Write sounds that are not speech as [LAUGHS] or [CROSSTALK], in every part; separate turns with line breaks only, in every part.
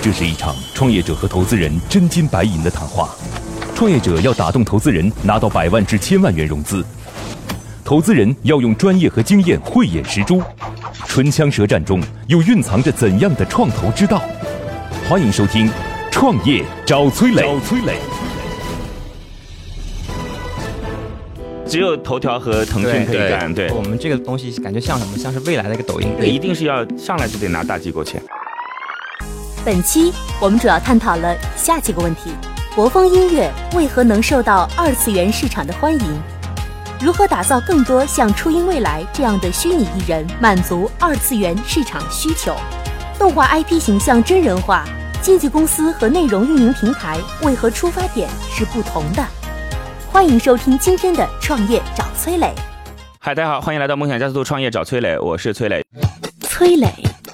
这是一场创业者和投资人真金白银的谈话。创业者要打动投资人拿到百万至千万元融资，投资人要用专业和经验慧眼识珠。唇枪舌战中又蕴藏着怎样的创投之道？欢迎收听《创业找崔磊》。
找崔磊。只有头条和腾讯可以干，对，
我们这个东西感觉像什么？像是未来的一个抖音。
对一定是要上来就得拿大机构钱。
本期我们主要探讨了下几个问题：国风音乐为何能受到二次元市场的欢迎？如何打造更多像初音未来这样的虚拟艺人，满足二次元市场需求？动画 IP 形象真人化，经纪公司和内容运营平台为何出发点是不同的？欢迎收听今天的《创业找崔磊》。
嗨，大家好，欢迎来到梦想加速度创业找崔磊，我是崔磊。
崔磊，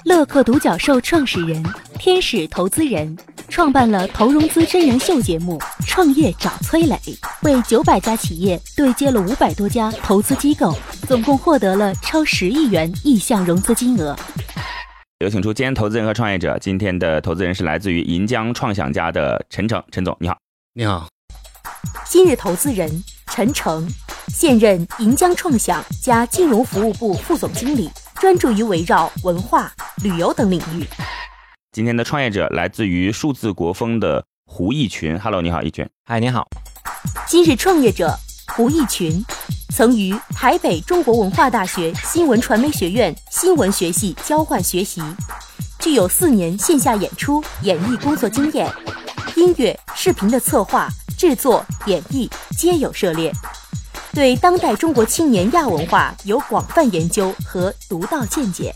乐客独角兽创始人，天使投资人，创办了投融资真人秀节目《创业找崔磊》，为九百家企业对接了五百多家投资机构，总共获得了超十亿元意向融资金额。
有请出今天投资人和创业者。今天的投资人是来自于银江创想家的陈诚，陈总你好。
你好，
今日投资人陈诚，现任银江创想加金融服务部副总经理，专注于围绕文化、旅游等领域。
今天的创业者来自于数字国风的胡一群，Hello，你好，一群。
嗨，你好，
今日创业者胡一群，曾于台北中国文化大学新闻传媒学院新闻学系交换学习，具有四年线下演出、演艺工作经验，音乐、视频的策划、制作、演绎皆有涉猎，对当代中国青年亚文化有广泛研究和独到见解。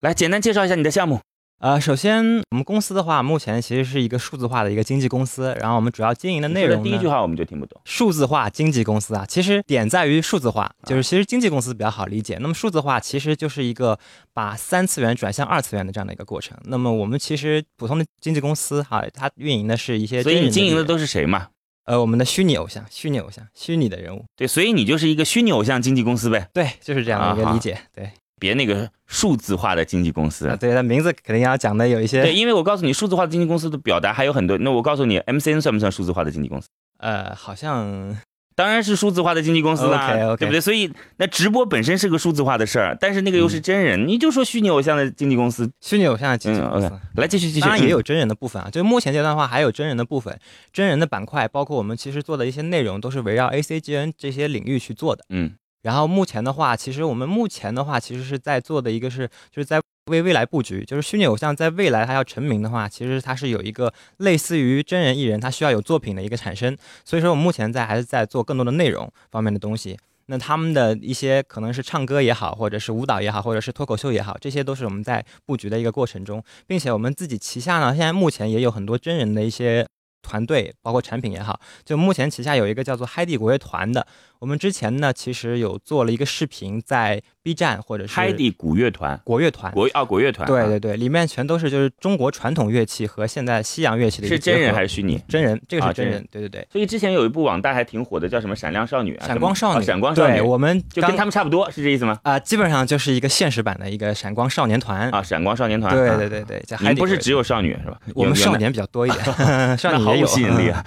来，简单介绍一下你的项目。
呃，首先我们公司的话，目前其实是一个数字化的一个经纪公司，然后我们主要经营的内
说的
容
第一
呢
句话我们就听不懂。
数字化经纪公司啊，其实点在于数字化，
啊
就是其实经纪公司比较好理解。那么数字化其实就是一个把三次元转向二次元的这样的一个过程。那么我们其实普通的经纪公司哈、它运营的是一些
所以
真
你
人
经营
艺
的
人
都是谁嘛？
呃我们的虚拟偶像、虚拟偶像、虚拟的人物，
对，所以你就是一个虚拟偶像经纪公司呗，
对，就是这样的一
啊
个
哈
理解。对
别那个数字化的经纪公司
啊，。对，它名字肯定要讲的有
对，
一些
因为我告诉你，数字化的经纪公司的表达还有很多。那我告诉你，MCN 算不算数字化的经纪公司？
呃，好像
当然是数字化的经纪公司啦
OK，OK
对不对？所以那直播本身是个数字化的事儿，但是那个又
嗯
是真人，你就说虚拟偶像的经纪公司，
虚拟偶像的经纪
嗯
公司。
，OK，来继续继续，
当然也
嗯
有真人的部分啊，就目前阶段的话，还有真人的部分，真人的板块，包括我们其实做的一些内容，都是围绕 ACGN 这些领域去做的。
嗯，
然后目前的话，其实我们目前的话，其实是在做的一个是，就是在为未来布局，就是虚拟偶像在未来它要成名的话，其实它是有一个类似于真人艺人，它需要有作品的一个产生。所以说，我们目前在还是在做更多的内容方面的东西。那他们的一些可能是唱歌也好，或者是舞蹈也好，或者是脱口秀也好，这些都是我们在布局的一个过程中，并且我们自己旗下呢，现在目前也有很多真人的一些团队，包括产品也好，就目前旗下有一个叫做嗨帝国乐团的，我们之前呢其实有做了一个视频在 B 站或者是
嗨地古乐团，
国乐团，
国啊国乐团，
嗯对
啊
对对，里面全都是就是中国传统乐器和现在西洋乐器的一个
是真人还
是
是虚拟？
真人？这个
啊
是真
真
人，
人
对对对。
所以之前有一部网大还挺火的，叫什么《闪亮少女》啊，
闪光少
啊
女，
闪光少女，
对我们
就跟
刚
他们差不多，是这意思吗？
啊、基本上就是一个现实版的一个闪光少年团。
啊，闪光少年团，
嗯对
啊
对对，对，叫
你
海
们
底
不是
鬼
只有少女是吧？
我们
有
少，年比较多
[LAUGHS]
一点，
有
少
那
女
毫
也
无
有
吸引
[LAUGHS]
力。啊！啊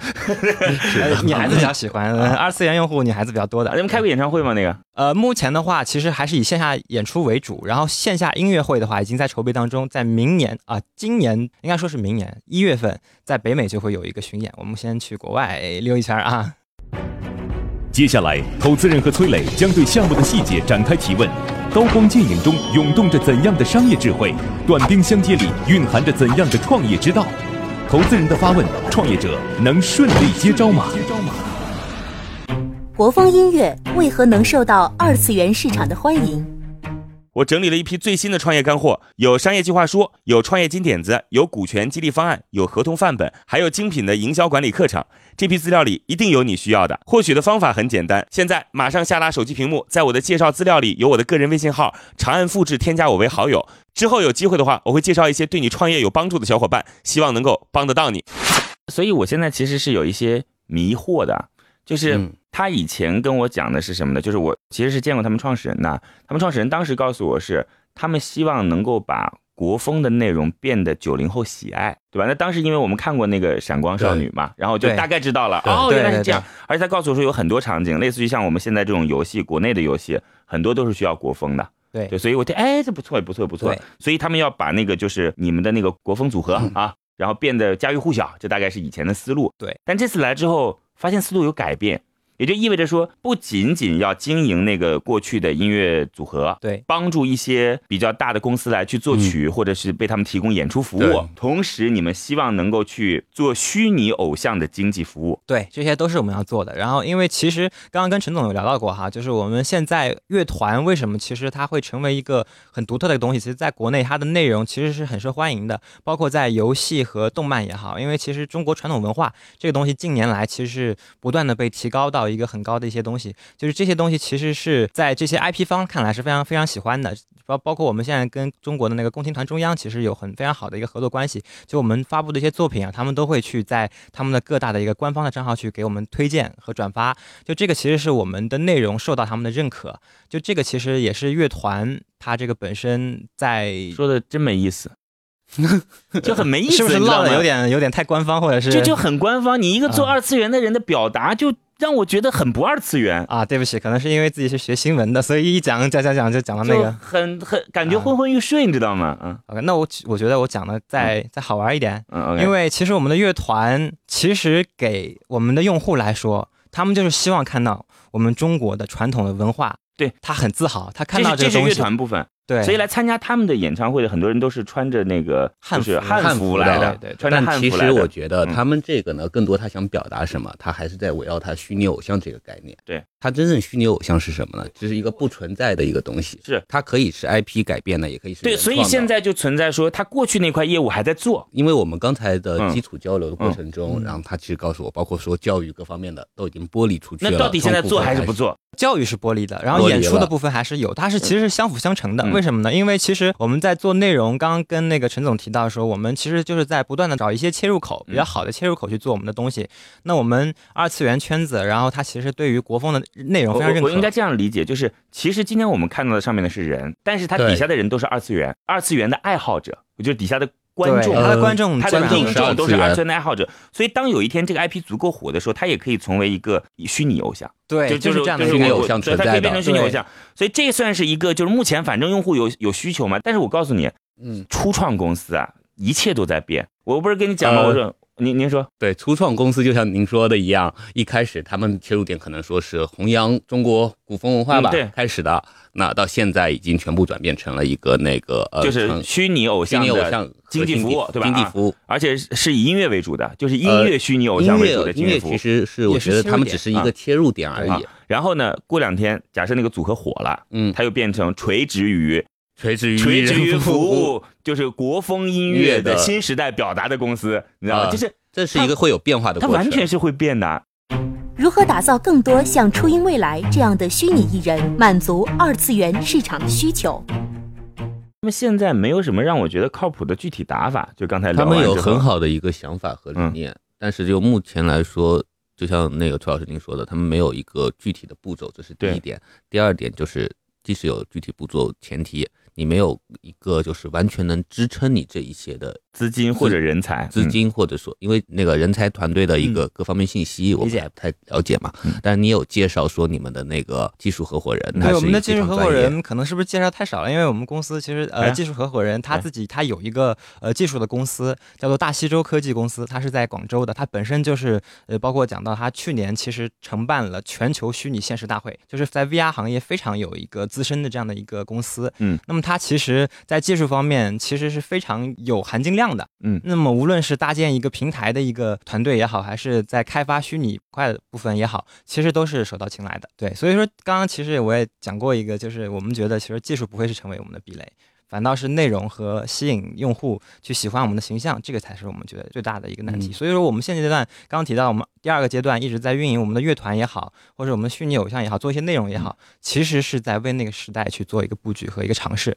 呃女孩子比较喜
[LAUGHS]
欢，呃二次元用户女孩子比较多的。
你们开过演唱会吗？那个
呃，目前的话，其实还是以线下演出为主，然后线下音乐会的话，已经在筹备当中，在明年啊、今年应该说是明年一月份，在北美就会有一个巡演，我们先去国外溜一圈儿啊。
接下来，投资人和崔磊将对项目的细节展开提问。刀光剑影中涌动着怎样的商业智慧？短兵相接里蕴含着怎样的创业之道？投资人的发问，创业者能顺利接招吗？
国风音乐为何能受到二次元市场的欢迎？
我整理了一批最新的创业干货，有商业计划书，有创业金点子，有股权激励方案，有合同范本，还有精品的营销管理课程。这批资料里一定有你需要的。获取的方法很简单，现在马上下拉手机屏幕，在我的介绍资料里有我的个人微信号，长按复制添加我为好友。之后有机会的话，我会介绍一些对你创业有帮助的小伙伴，希望能够帮得到你。所以我现在其实是有一些迷惑的，就是
嗯
他以前跟我讲的是什么呢？就是我其实是见过他们创始人的，他们创始人当时告诉我是，他们希望能够把国风的内容变得九零后喜爱，对吧？那当时因为我们看过那个《闪光少女》嘛，然后就
对
大概知道了，
对
哦，
对
原来是
对
这样
对。
而且他告诉我说，有很多场景，类似于像我们现在这种游戏，国内的游戏很多都是需要国风的。
对
对，所以我觉得哎，这不错，不错，不错
对。
所以他们要把那个就是你们的那个国风
[LAUGHS]
组合啊，然后变得家喻户晓，这大概是以前的思路。
对，
但这次来之后，发现思路有改变，也就意味着说，不仅仅要经营那个过去的音乐组合，
对
帮助一些比较大的公司来去作曲，
嗯
或者是为他们提供演出服务
对，
同时你们希望能够去做虚拟偶像的经济服务。
对，这些都是我们要做的。然后，因为其实刚刚跟陈总有聊到过哈，就是我们现在乐团为什么其实它会成为一个很独特的东西，其实在国内它的内容其实是很受欢迎的，包括在游戏和动漫也好，因为其实中国传统文化这个东西近年来其实是不断的被提高到一个很高的一些东西，就是这些东西其实是在这些 IP 方看来是非常非常喜欢的，包包括我们现在跟中国的那个共青团中央其实有很非常好的一个合作关系，就我们发布的一些作品啊，他们都会去在他们的各大的一个官方的账号去给我们推荐和转发，就这个其实是我们的内容受到他们的认可，就这个其实也是乐团它这个本身在。
说的真没意思， [LAUGHS] 就很没意思，
是不是
你知道
唠的
吗
有点有点太官方，或者是
这就很官方。你一个做
啊
二次元的人的表达，就让我觉得很不二次元，
[LAUGHS] 啊？对不起，可能是因为自己是学新闻的，所以一讲讲讲讲就讲到啊那
就
个。啊
很很感觉昏昏欲睡，你知道吗？嗯
OK，那我我觉得我讲的再、再好玩一点，
嗯，OK，
因为其实我们的乐团其实给我们的用户来说，他们就是希望看到我们中国的传统的文化，
对
他很自豪，他看
这
到
是这
个
是
东
乐
西，
团部分，
对，
所以来参加他们的演唱会的很多人都是穿着那个
汉
就是
服
汉
汉
服
服
来的，
的
对对对
穿着
但
汉
其
服来
实我
的。
觉得
嗯
他们这个呢，更多他想表达什么，他还是在围绕他虚拟偶像这个概念。
对，
他真正虚拟偶像是什么呢？这是一个不存在的一个东西，
是
它可以是 IP 改编的，也可以是
对，
原
所以
创的
现。在就存在说，他过去那块业务还在做，
因为我们刚才的
嗯
基础交流的过程中，然后他其实告诉我，包括说教育各方面的都已经剥离出去
那
了。
到底现在
从
做
部分
还是
开
不
始？
做？
教育是剥离的，然后
剥离
演出的
了嗯
部分还是有，它是其实是相辅相成的。
嗯
为什么呢？因为其实我们在做内容，刚刚跟那个陈总提到说，我们其实就是在不断的找一些切入口，
嗯
比较好的切入口去做我们的东西。那我们二次元圈子，然后它其实对于国风的内容
我
非常认
我
可。
我应该这样理解，就是其实今天我们看到的上面的是人，但是他
对
底下的人都是二次元，二次元的爱好者，我就是底下的观众，
对他的
呃
观众
他
基本
的
观
上
听
众
众都是
是
二
二
次
次
元的爱好者，所以当有一天这个 IP 足够火的时候，它也可以成为一个虚拟偶像，
对，
就是
这样的
就
一
是
个
虚拟
我
偶像
对，它
存在
可以
的
变成虚拟偶像，所以这算是一个就是目前反正用户有有需求嘛，但是我告诉你，
嗯，
初创公司啊，一切都在变，我不是跟你讲吗？
呃
我说您您说
对，初创公司就像您说的一样，一开始他们切入点可能说是弘扬中国古风文化吧，
嗯对
开始的。那到现在已经全部转变成了一个那个呃，
就是
成
虚拟偶
虚
像
拟偶
的。
像和
经济服务对吧
经济
啊
服务，
而且是是以音乐为主的，就是音
呃
乐虚拟偶像
音
为主的
乐
经
音
济
乐
服务。
其实是我
也是
觉得
切
他
入
们
点
只是一个切入点而
啊
已，
然后呢，过两天假设那个组合火了，
嗯
它又变成垂直于
垂直于
垂直于服
务，
务，就是国风音乐
音乐
的
的
新时代表达的公司，你知道吗？
啊
就是
[LAUGHS] 这是一个会有变化的
它
过程，
完全是会变的。
如何打造更多像初音未来这样的虚拟艺人，满足二次元市场的需求？
那么现在没有什么让我觉得靠谱的具体打法，就刚才聊
他
完
们有
之后嗯
很，好的一个想法和理念，但是就目前来说，就像那个崔老师您说的，他们没有一个具体的步骤，这是第
对
一点。第二点就是，即使有具体步骤，前提你没有一个就是完全能支撑你这一些的
资金或者人才，
资
嗯
金，或者说因为那个人才团队的一个各方面信息，我
嗯理
们
解嗯
还不太了解嘛。但你有介绍说你们的那个技术合伙人，
对
他是
我们的
一个
技术
非常
合伙
专业
人可能是不是介绍太少了？因为我们公司其实
哎
呃，技术合伙人他
哎
自己他有一个呃技术的公司，叫做大西洲科技公司，它是在广州的。它本身就是呃，包括讲到它去年其实承办了全球虚拟现实大会，就是在 VR 行业非常有一个资深的这样的一个公司。
嗯，
那么它其实在技术方面其实是非常有含金量的。
嗯
那么无论是搭建一个平台的一个团队也好，还是在开发虚拟块的部分也好，其实都是手到擒来的。对，所以说刚刚其实我也讲过一个，就是我们觉得其实技术不会是成为我们的壁垒，反倒是内容和吸引用户去喜欢我们的形象，这个才是我们觉得最大的一个难题。所以说我们现阶段刚刚提到，我们第二个阶段一直在运营我们的乐团也好，或者我们的虚拟偶像也好，做一些内容也好，其实是在为那个时代去做一个布局和一个尝试。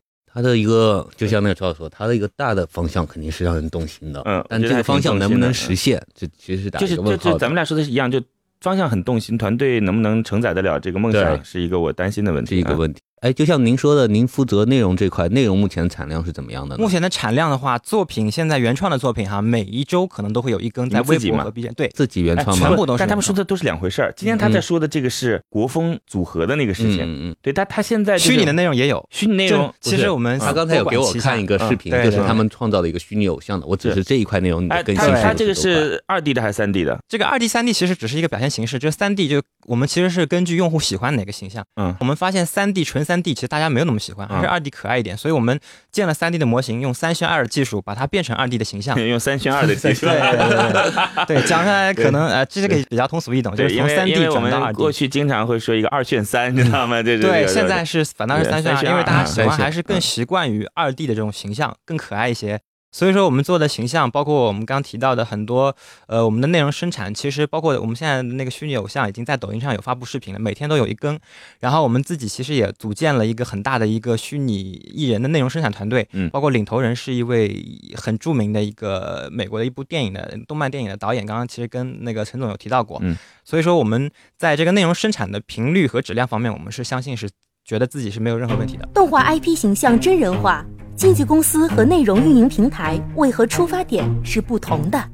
它的一个就像那个超说，它的一个大的方向肯定是让人动心的，
嗯
但这个方向能不能实
嗯
现，这其实是打
就
一
是
个
就
问号
就
的。
咱们俩说的是一样，就方向很动心，团队能不能承载得了这个梦想，
对
是一个我担心的问题。啊
是一个
嗯
问题。哎，就像您说的，您负责内容这块，内容目前产量是怎么样的呢？
目前的产量的话，作品现在原创的作品哈，每一周可能都会有一更在
你自
微
己
博
吗
和 B 站。对，
自己原
哎
创
全
吗？
部都是
但他们说的都是两回事儿。今天他在说的这个是国风组合的那个事
嗯
情，
嗯嗯。
对他他现在就是
虚拟的内容也有。
虚拟内容
这，其实我们
他刚才有给我看一个视频，
嗯对
就是
对
他们创造了一个虚拟偶像的。我只是这一块内容，你
哎，
更
他
新
对
他
他
这个是二 D 的还是三 D
[LAUGHS]
的？
这个二 D、三 D 其实只是一个表现形式，这三 D 就我们其实是根据用户喜欢哪个形象，
嗯
我们发现三 D 纯三 D 其实大家没有那么喜欢，
嗯
还是二 D 可爱一点，所以我们建了三 D 的模型，用三选二的技术把它变成二 D 的形象。
用三选二的技术。
对
[LAUGHS]
对对对对，讲下来可能呃，这个比较通俗易懂，就
对，
是
因
从三
为
D
因为我
转到
们
二
过
D。
去经常会说一个二 [LAUGHS] 选三，知道吗？这这
对，
这
现在是反倒是
对
三选二，
三选
因为大家
二
喜欢
三选
还是更
嗯
习惯于二 D 的这种形象，更可爱一些。所以说，我们做的形象，包括我们刚提到的很多，呃，我们的内容生产，其实包括我们现在的那个虚拟偶像已经在抖音上有发布视频了，每天都有一更。然后我们自己其实也组建了一个很大的一个虚拟艺人的内容生产团队，
嗯
包括领头人是一位很著名的一个美国的一部电影的动漫电影的导演，刚刚其实跟那个陈总有提到过，
嗯，
所以说我们在这个内容生产的频率和质量方面，我们是相信是觉得自己是没有任何问题的。
动画 IP 形象真人化，经纪公司和内容运营平台为何出发点是不同的？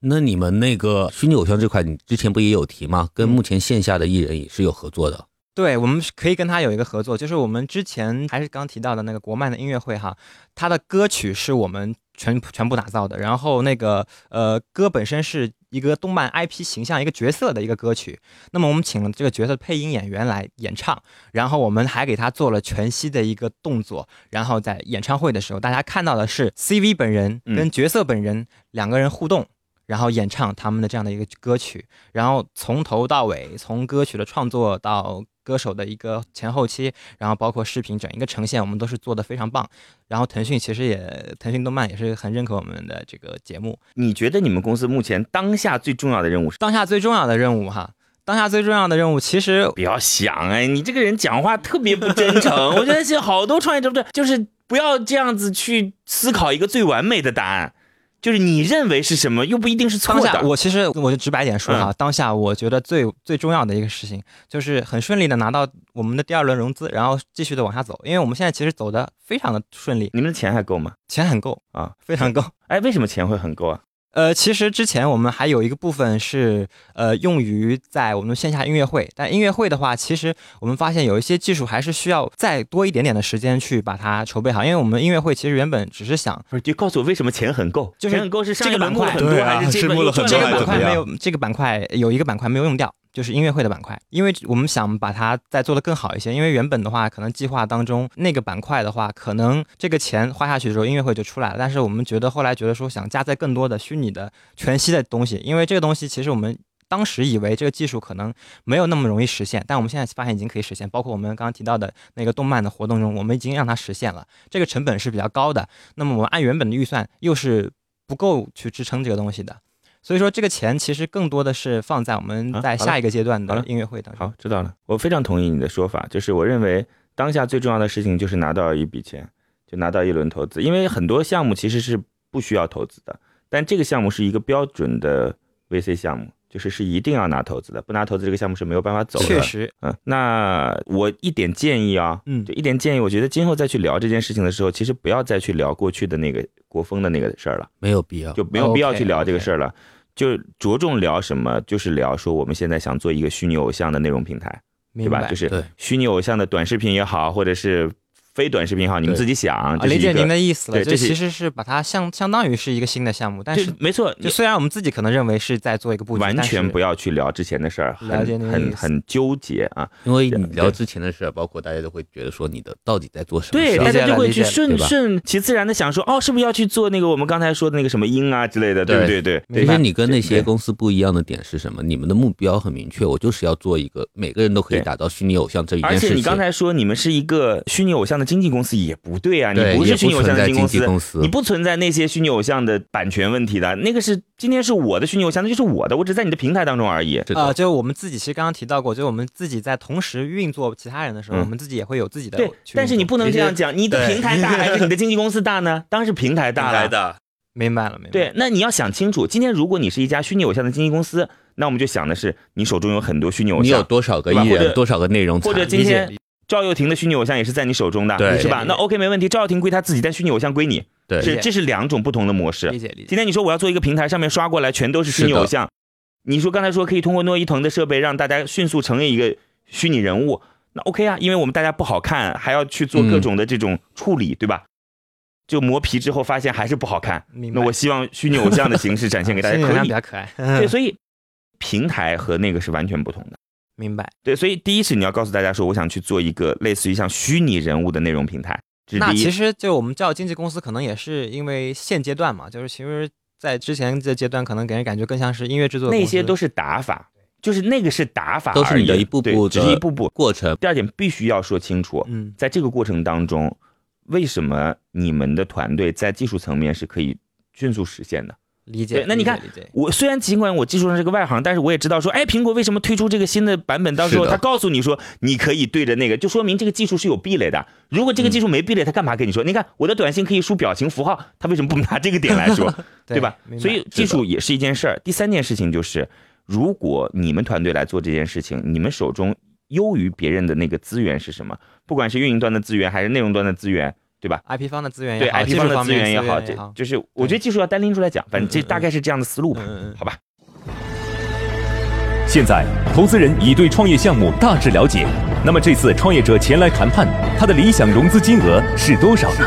那你们那个虚拟偶像这块，你之前不也有提吗？
嗯
跟目前线下的艺人也是有合作的。
对，我们是可以跟他有一个合作，就是我们之前还是刚提到的那个国漫的音乐会哈，他的歌曲是我们全全部打造的，然后那个呃歌本身是一个动漫 IP 形象一个角色的一个歌曲，那么我们请了这个角色的配音演员来演唱，然后我们还给他做了全息的一个动作，然后在演唱会的时候，大家看到的是 CV 本人跟角色本人两个人互动。然后演唱他们的这样的一个歌曲，然后从头到尾，从歌曲的创作到歌手的一个前后期，然后包括视频整一个呈现，我们都是做的非常棒。然后腾讯其实也，腾讯动漫也是很认可我们的这个节目。
你觉得你们公司目前当下最重要的任务是？
当下最重要的任务哈，当下最重要的任务其实
不要想哎，你这个人讲话特别不真
[LAUGHS]
诚。我觉得现在好多创业者不对，就是不要这样子去思考一个最完美的答案，就是你认为是什么，又不一定是错
当
的。嗯
下我其实我就直白一点说哈，当下我觉得最最重要的一个事情就是很顺利的拿到我们的第二轮融资，然后继续的往下走，因为我们现在其实走的非常的顺利，
你们的钱还够吗？
钱很够
啊，
非常够。
哎，为什么钱会很够啊？
呃，其实之前我们还有一个部分是呃用于在我们的线下音乐会，但音乐会的话，其实我们发现有一些技术还是需要再多一点点的时间去把它筹备好，因为我们音乐会其实原本只是想
不是，就告诉我为什么钱很够？
就是
钱很够是上
这
一
个
轮
板
募了
块
很多，
对啊
还是这
是
轮
募
又
了很
赚
多
这
了
个
还
很
板块
怎么
多
样
没有，这个板块有一个板块没有用掉，就是音乐会的板块，因为我们想把它再做得更好一些。因为原本的话，可能计划当中那个板块的话，可能这个钱花下去之后，音乐会就出来了。但是我们觉得后来觉得说，想加在更多的虚拟的全息的东西，因为这个东西其实我们。当时以为这个技术可能没有那么容易实现，但我们现在发现已经可以实现。包括我们刚刚提到的那个动漫的活动中，我们已经让它实现了。这个成本是比较高的，那么我们按原本的预算又是不够去支撑这个东西的。所以说，这个钱其实更多的是放在我们
啊
在
好
下一个阶段
好
的
了
音乐会当中。
好，知道了。我非常同意你的说法，就是我认为当下最重要的事情就是拿到一笔钱，就拿到一轮投资，因为很多项目其实是不需要投资的，但这个项目是一个标准的 VC 项目，就是是一定要拿投资的，不拿投资这个项目是没有办法走的。
确实，
嗯，那我一点建议啊，
嗯
就一点建议，我觉得今后再去聊这件事情的时候，其实不要再去聊过去的那个国风的那个事儿了。
没有必要。
就没有必要
OK，
去聊这个事儿了。就着重聊什么，就是聊说我们现在想做一个虚拟偶像的内容平台，对
明
吧？
白
就。是
对
虚拟偶像的短视频也好，或者是非短视频号，你们
对
自己想。这是
啊理
一
解
个
您的意思了，
对
就
这是
其实是把它相相当于是一个新的项目，但
这
是
没错，
就
你
虽然我们自己可能认为是在做一个布局，
完
但
全
是
不要去聊之前的事儿，很
了解您的意
很
思
很纠结啊。
因为你
对
聊之前的事儿，包括大家都会觉得说你的到底在做什么
对，
事儿
大家
解
就
了
会
理
去
解了
顺
对吧
顺其自然的想说，哦，是不是要去做那个我们刚才说的那个什么音啊之类的，对不对？
对
对，
其实你跟那
对
些公司不一样的点是什么？你们的目标很明确，我就是要做一个每个人都可以
对
打造虚拟偶像这一件
而
事情。
且你刚才说你们是一个虚拟偶像的经纪公司也不对啊，你
对
不
也
是虚拟偶像
存
的
在
经纪
经
公司
纪，公司，
你不存在那些虚拟偶像的版权问题的，那个是今天是我的虚拟偶像，那就是我的，我只在你的平台当中而已。
是的
呃，就我们自己其实刚刚提到过，就我们自己在同时运作其他人的时候，
嗯
我们自己也会有自己的
对
去，
但是
运
你
作
不能这样讲，你的
对
平台大还是你的经纪公司大呢？
[LAUGHS]
当然是平台大了。
的，
明白了，明白
对，那你要想清楚，今天如果你是一家虚拟偶像的经纪公司，那我们就想的是你手中有很多虚拟偶
你有
像，
多少个
对吧
艺
或者
人，多少个内容
或者
产
今
品，
天赵又廷的虚拟偶像也是在你手中的，
对
是吧？那 OK 没问题，赵又廷归他自己，但虚拟偶像归你，
对
是
解
这是两种不同的模式。
理解理解
今天你说我要做一个平台，上面刷过来全都是虚拟偶像，你说刚才说可以通过诺一腾的设备让大家迅速成为一个虚拟人物，那 OK 啊，因为我们大家不好看，还要去做各种的这种处理，对吧？就磨皮之后发现还是不好看，
明白啊
那我希望虚拟偶像的形式展现给大
[LAUGHS]
家
心理上
可
比
以，
较可爱，
对，所以平台和那个是完全不同的。
明白。
对，所以第一是你要告诉大家说，我想去做一个类似于像虚拟人物的内容平台，这是
那
第一
其。实就我们叫经纪公司，可能也是因为现阶段嘛，就是其实，在之前的阶段，可能给人感觉更像是音乐制作公司
那些都是打法，就是那个是打法而已，
都是你的一步步
对
的，
只是一步步。
过程。
第二点必须要说清楚，
嗯
在这个过程当中，为什么你们的团队在技术层面是可以迅速实现的？
理解
对，。那你
理解
看
理解，
我虽然尽管我技术上是个外行，但是我也知道说，哎，苹果为什么推出这个新的版本？到时候
是的
他告诉你说，你可以对着那个，就说明这个技术是有壁垒的。如果这个技术没壁垒，他干嘛跟你说？你看我的短信可以输表情符号，他为什么不拿这个点来说？对吧？
明白
所以技术也是一件事儿。第三件事情就是，如果你们团队来做这件事情，你们手中优于别人的那个资源是什么？不管是运营端的资源还是内容端的资源，对吧？
IP 方的资源
对
也哎好，
IP
技术
方的
方
资源也
面
好，
的
这
也好，哎
就是我觉得技术要单拎出来讲，反正这
嗯嗯嗯
大概是这样的思路吧
嗯嗯，嗯
好吧？
现在，投资人已对创业项目大致了解。那么这次创业者前来谈判，他的理想融资金额是多少呢？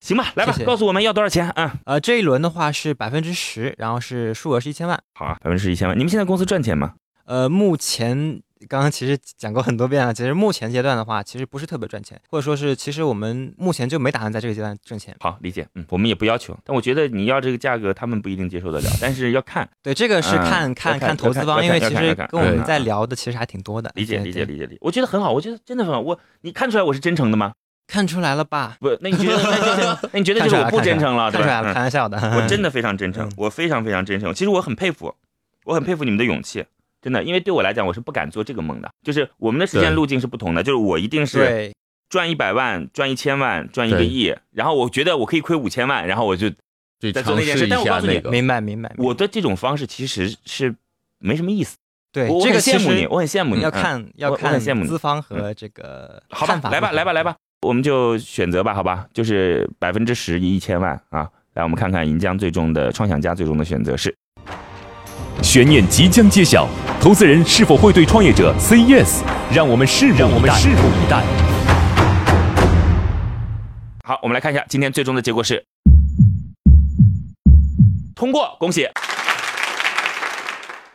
行吧，来吧，
谢谢
告诉我们要多少钱啊？
呃，这一轮的话是百分之十，然后是数额是一千万。
好啊，百分之一千万。你们现在公司赚钱吗？
呃，目前刚刚其实讲过很多遍了，其实目前阶段的话，其实不是特别赚钱，或者说是其实我们目前就没打算在这个阶段挣钱。
好，理解。嗯，我们也不要求，但我觉得你要这个价格，他们不一定接受得了，但是要看。
对，这个
嗯
是看、
要看
看
要
看投资
看
方，
要
因为
看
其
要
实
看要看
跟我
嗯
们在
嗯
聊的其实还挺多的。
理解，
对
理解，
对
理解，理解。我觉得很好，我觉得真的很好。我你看出来我是真诚的吗？
看出来
[LAUGHS]
了吧？
不，那你觉得那就是那你觉得就是我不真诚了，
看
对
出来
吧？
了，开
嗯
玩笑的。
我真的非常真诚
嗯，
我非常非常真诚。其实我很佩服，我很佩服你们的勇气，真的，因为对我来讲，我是不敢做这个梦的。就是我们的实现
对
路径是不同的，就是我一定是
对，
赚一百万、赚一千万、赚一个
对
亿，然后我觉得我可以亏五千万，然后我就
对，
在做
尝
那件事
试一
但我告
下
诉你
那个。
明白明白。明白
我的这种方式其实是没什么意思。
对
我我
这
很
个
羡
其
慕你，
实
我很羡慕你。
要
嗯
看要
我我很
看
羡慕你嗯
资方和这个
好
看
吧
法，
来吧，
不
来吧，
同
来吧，，我们就选择吧，好吧，就是百分之十一千万啊。来，我们看看银江最终的创想家最终的选择是
悬念即将揭晓，投资人是否会对创业者 say yes？让我们拭目我们拭目以待。
好，我们来看一下今天最终的结果是通过，恭喜！来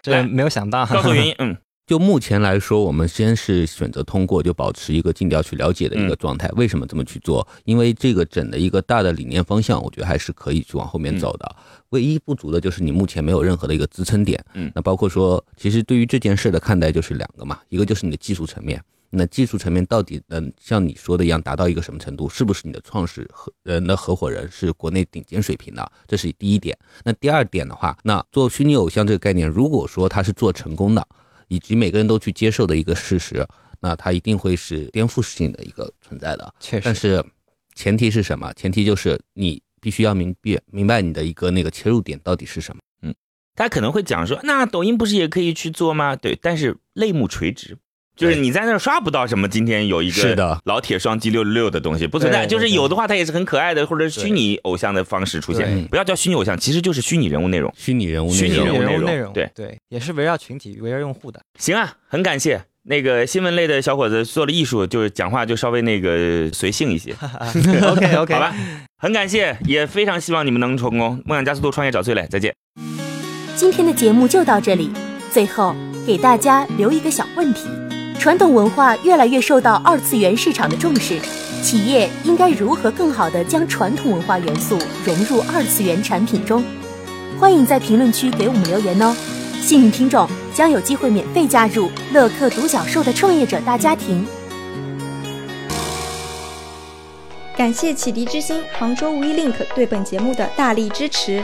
这没有想到。
告
[LAUGHS]
诉原 [LAUGHS] 因，嗯，
就目前来说，我们先是选择通过，就保持一个尽调去了解的一个状态。为什么这么去做？因为这个整的一个大的理念方向，我觉得还是可以去往后面走的。唯一不足的就是你目前没有任何的一个支撑点。
嗯
那包括说，其实对于这件事的看待就是两个嘛，一个就是你的技术层面。那技术层面到底能像你说的一样达到一个什么程度？是不是你的创始合人的合伙人是国内顶尖水平的？这是第一点。那第二点的话，那做虚拟偶像这个概念，如果说它是做成功的，以及每个人都去接受的一个事实，那它一定会是颠覆性的一个存在的。
确
嗯
但
实，
是前提是什么？前提就是你必须要明辨明白你的一个那个切入点到底是什么。
他可能会讲说，那抖音不是也可以去做吗？对，但是类目垂直，就是
对
你在那儿刷不到什么。今天有一个
是的
老铁双击六六六的东西不存在，
对
就是有的话，它也是很可爱的或者虚拟偶像的方式出现
对，
不要叫虚拟偶像，其实就是虚拟人物内容。
虚拟人物内
虚拟
容
人物内容
内容，
对
对，也是围绕群体、围绕
[LAUGHS]
用户的。 [LAUGHS]
行啊，很感谢那个新闻类的小伙子做了艺术，就是讲话就稍微那个随性一
[LAUGHS]
些，
OK OK，
好吧，？很感谢，也非常希望你们能成功，梦想加速度，创业找崔磊，再见。
今天的节目就到这里。最后给大家留一个小问题：传统文化越来越受到二次元市场的重视，企业应该如何更好地将传统文化元素融入二次元产品中？欢迎在评论区给我们留言哦。幸运听众将有机会免费加入乐客独角兽的创业者大家庭。
感谢启迪之星、杭州无一 link 对本节目的大力支持。